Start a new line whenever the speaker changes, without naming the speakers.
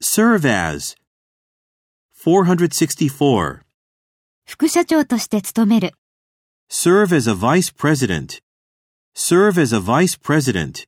Serve as 464.
副社長として務める。
Serve as a vice president. Serve as a vice president.